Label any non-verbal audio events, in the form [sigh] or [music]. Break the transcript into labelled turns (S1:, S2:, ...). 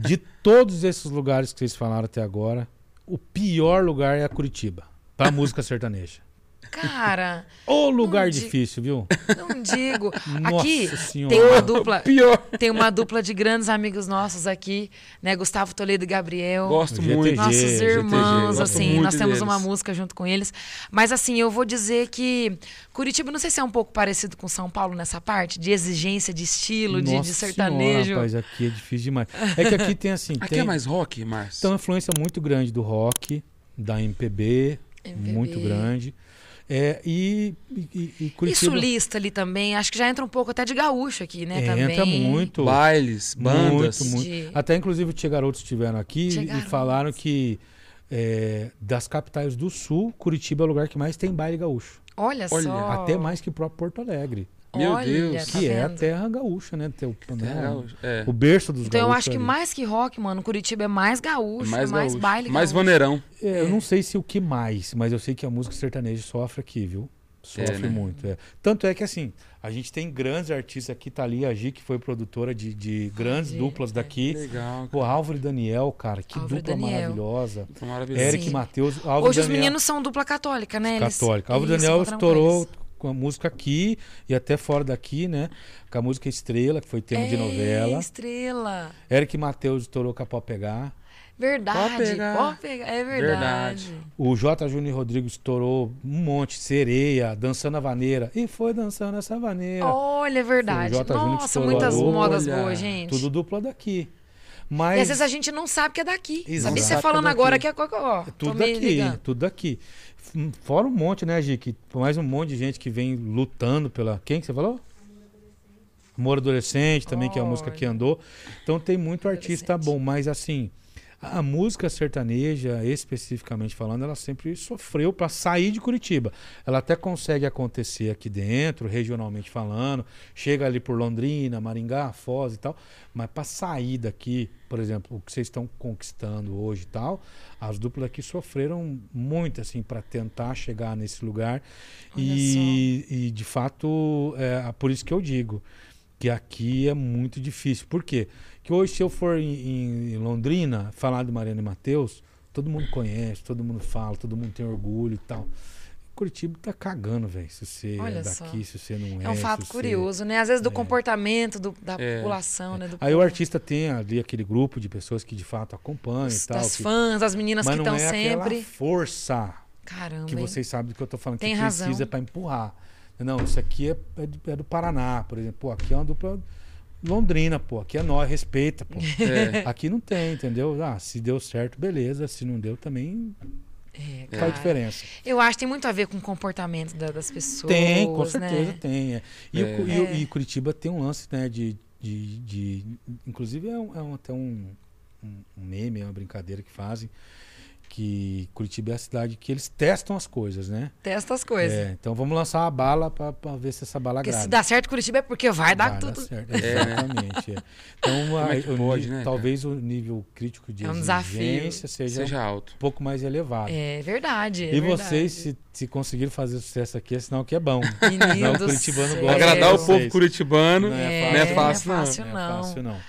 S1: De todos esses lugares que vocês falaram até agora, o pior lugar é a Curitiba,
S2: [laughs]
S1: pra música sertaneja.
S2: Cara,
S1: Ô lugar
S2: Não di-
S1: difícil, viu?
S2: não digo.
S1: Nossa
S2: Aqui
S1: Senhora.
S2: tem uma dupla.
S3: Pior.
S2: Tem uma dupla de grandes amigos nossos aqui, né? Gustavo Toledo e Gabriel.
S3: Gosto
S1: GTG,
S3: muito.
S2: Nossos
S1: GTG,
S2: irmãos,
S3: gosto
S2: assim,
S3: muito
S2: nós temos
S3: deles.
S2: uma música junto com eles. Mas assim, eu vou dizer que Curitiba, não sei se é um pouco parecido com São Paulo nessa parte, de exigência de estilo, de, de
S1: Nossa
S2: sertanejo.
S1: Senhora, rapaz, aqui é difícil demais. É que aqui tem assim,
S3: Aqui
S1: tem,
S3: é mais rock, Márcio?
S1: tem uma influência muito grande do rock, da MPB,
S2: MPB.
S1: muito grande. É, e, e, e
S2: e
S1: Curitiba
S2: sulista ali também, acho que já entra um pouco até de gaúcho aqui, né? também.
S1: entra muito.
S3: Bailes, bandas.
S1: Muito, muito.
S2: De-
S1: Até inclusive o Tia Garotos estiveram aqui
S2: Tia
S1: e
S2: Garotos.
S1: falaram que é, das capitais do sul, Curitiba é o lugar que mais tem baile gaúcho.
S2: Olha,
S3: Olha,
S2: só.
S1: Até mais que o próprio Porto Alegre,
S3: Meu
S2: Olha,
S3: Deus.
S2: tá
S1: que é a
S2: vendo?
S1: terra gaúcha, né? Tem o, né?
S3: É,
S1: o berço dos
S2: Então eu
S1: gaúchos
S2: acho que
S1: ali.
S2: mais que rock, mano, Curitiba é mais
S3: é
S2: gaúcho, é mais,
S3: mais gaúcho.
S2: baile
S3: mais
S2: gaúcho.
S3: vaneirão.
S1: É, Eu não sei se o que mais, mas eu sei que a música sertaneja sofre aqui, viu? Sofre
S3: É, né?
S1: muito. é. Tanto é que assim, a gente tem grandes artistas aqui, tá ali a Gi, que foi produtora de, de grandes
S2: Gi,
S1: duplas
S2: é.
S1: daqui.
S3: Legal.
S1: Pô, Álvaro e Daniel, cara, que
S2: Álvaro e
S1: dupla
S2: Daniel.
S1: maravilhosa.
S3: Tá maravilhoso.
S1: Eric
S2: Sim.
S1: Matheus, Álvaro
S2: Hoje
S1: e
S2: os
S1: Daniel.
S2: meninos são dupla católica, né? Eles-
S1: Católica. Álvaro
S2: eles
S1: Daniel
S2: encontraram com
S1: estourou
S2: eles.
S1: com a música aqui e até fora daqui, né? Com a música Estrela, que foi tema de
S2: É,
S1: novela.
S2: Estrela.
S1: Eric Matheus estourou com a Pó Pegar.
S2: Verdade.
S3: Pode pegar.
S2: Pode pegar. É verdade.
S3: Verdade.
S1: O J. Júnior Rodrigo estourou um monte, sereia, dançando a vaneira. E foi dançando essa vaneira.
S2: Olha, é verdade.
S1: Foi o Jota Júnior que
S2: Nossa,
S1: estourou
S2: muitas
S1: a boca.
S2: modas
S3: Olha,
S2: boas, gente.
S1: Tudo dupla daqui.
S2: E
S1: Mas.
S2: às vezes a gente não sabe que é daqui.
S1: Exato.
S2: Sabia
S1: Não
S2: você
S3: sabe
S2: falando
S3: que é
S2: agora
S3: daqui.
S2: que é co- co- ó,
S1: É
S2: tô
S1: Tudo
S2: meio
S1: daqui,
S2: ligando.
S1: tudo daqui. F- Fora um monte, né, Gique? Mais um monte de gente que vem lutando pela. Quem que você falou? Amor Adolescente também, que é a música que
S2: Olha.
S1: andou. Então tem muito artista bom, mas assim, a a música sertaneja, especificamente falando, ela sempre sofreu para sair de Curitiba. Ela até consegue acontecer aqui dentro, regionalmente falando, chega ali por Londrina, Maringá, Foz e tal, mas para sair daqui, por exemplo, o que vocês estão conquistando hoje e tal, as duplas aqui sofreram muito assim para tentar chegar nesse lugar.
S2: Olha
S1: E, e, de fato, é, por isso que eu digo que aqui é muito difícil. Por quê? Que hoje, se eu for em, em- em Londrina falar de Mariana e Matheus, todo mundo conhece, todo mundo fala, todo mundo tem orgulho e tal. Curitiba tá cagando, velho. Se você é
S2: Olha só.
S1: daqui, se você não é.
S2: É um fato
S1: se você-
S2: curioso, né? Às vezes do comportamento do- da
S3: É.
S2: população, né? Do
S1: Aí o
S2: povo.
S1: artista tem ali aquele grupo de pessoas que de fato acompanham
S2: Os-
S1: e tal.
S2: das
S1: que-
S2: fãs, das meninas
S1: mas
S2: que
S1: não
S2: estão
S1: é
S2: sempre.
S1: aquela força
S2: Caramba.
S1: que
S2: hein?
S1: vocês sabem do que eu tô falando,
S2: Tem
S1: que
S2: razão.
S1: precisa para empurrar. Não, isso aqui é, é do, é do Paraná, por exemplo. Pô, aqui é uma dupla londrina, pô. Aqui é nós, respeita, pô.
S3: É.
S1: [laughs] Aqui não tem, entendeu? Ah, se deu certo, beleza. Se não deu, também
S2: É, cara.
S1: faz diferença.
S2: Eu acho que tem muito a ver com o comportamento da- das pessoas.
S1: Tem, com certeza
S2: Né?
S1: tem. é. E, o
S3: É.
S1: Cu- e o-
S2: É.
S1: e Curitiba tem um lance, né? De. de, de inclusive é, um- é um- até um, um um meme, é uma brincadeira que fazem. Que Curitiba é a cidade que eles testam as coisas, né?
S2: Testa as coisas.
S1: É, então vamos lançar uma bala pra, pra ver se essa bala
S2: Porque se
S1: agrada.
S2: dá certo Curitiba é porque vai dar tudo.
S1: certo.
S3: É, né?
S1: Exatamente. é. Então, a-
S3: é que
S1: o
S3: pode,
S1: ni-
S3: né, cara?
S1: talvez o nível crítico de
S2: É um desafio.
S1: exigência seja,
S3: Seja alto.
S1: um pouco mais elevado.
S2: É verdade. é
S1: e
S2: verdade.
S1: vocês, se, se conseguiram fazer sucesso aqui, é sinal que é bom.
S2: Menino
S1: [laughs] Não, o
S2: do
S1: curitibano
S2: céu.
S1: gosta.
S3: Agradar o
S1: Vocês.
S3: povo curitibano.
S1: Não
S2: É,
S1: é
S2: não é
S1: fácil,
S2: fácil,
S3: não.
S2: não.
S1: Não é fácil, não.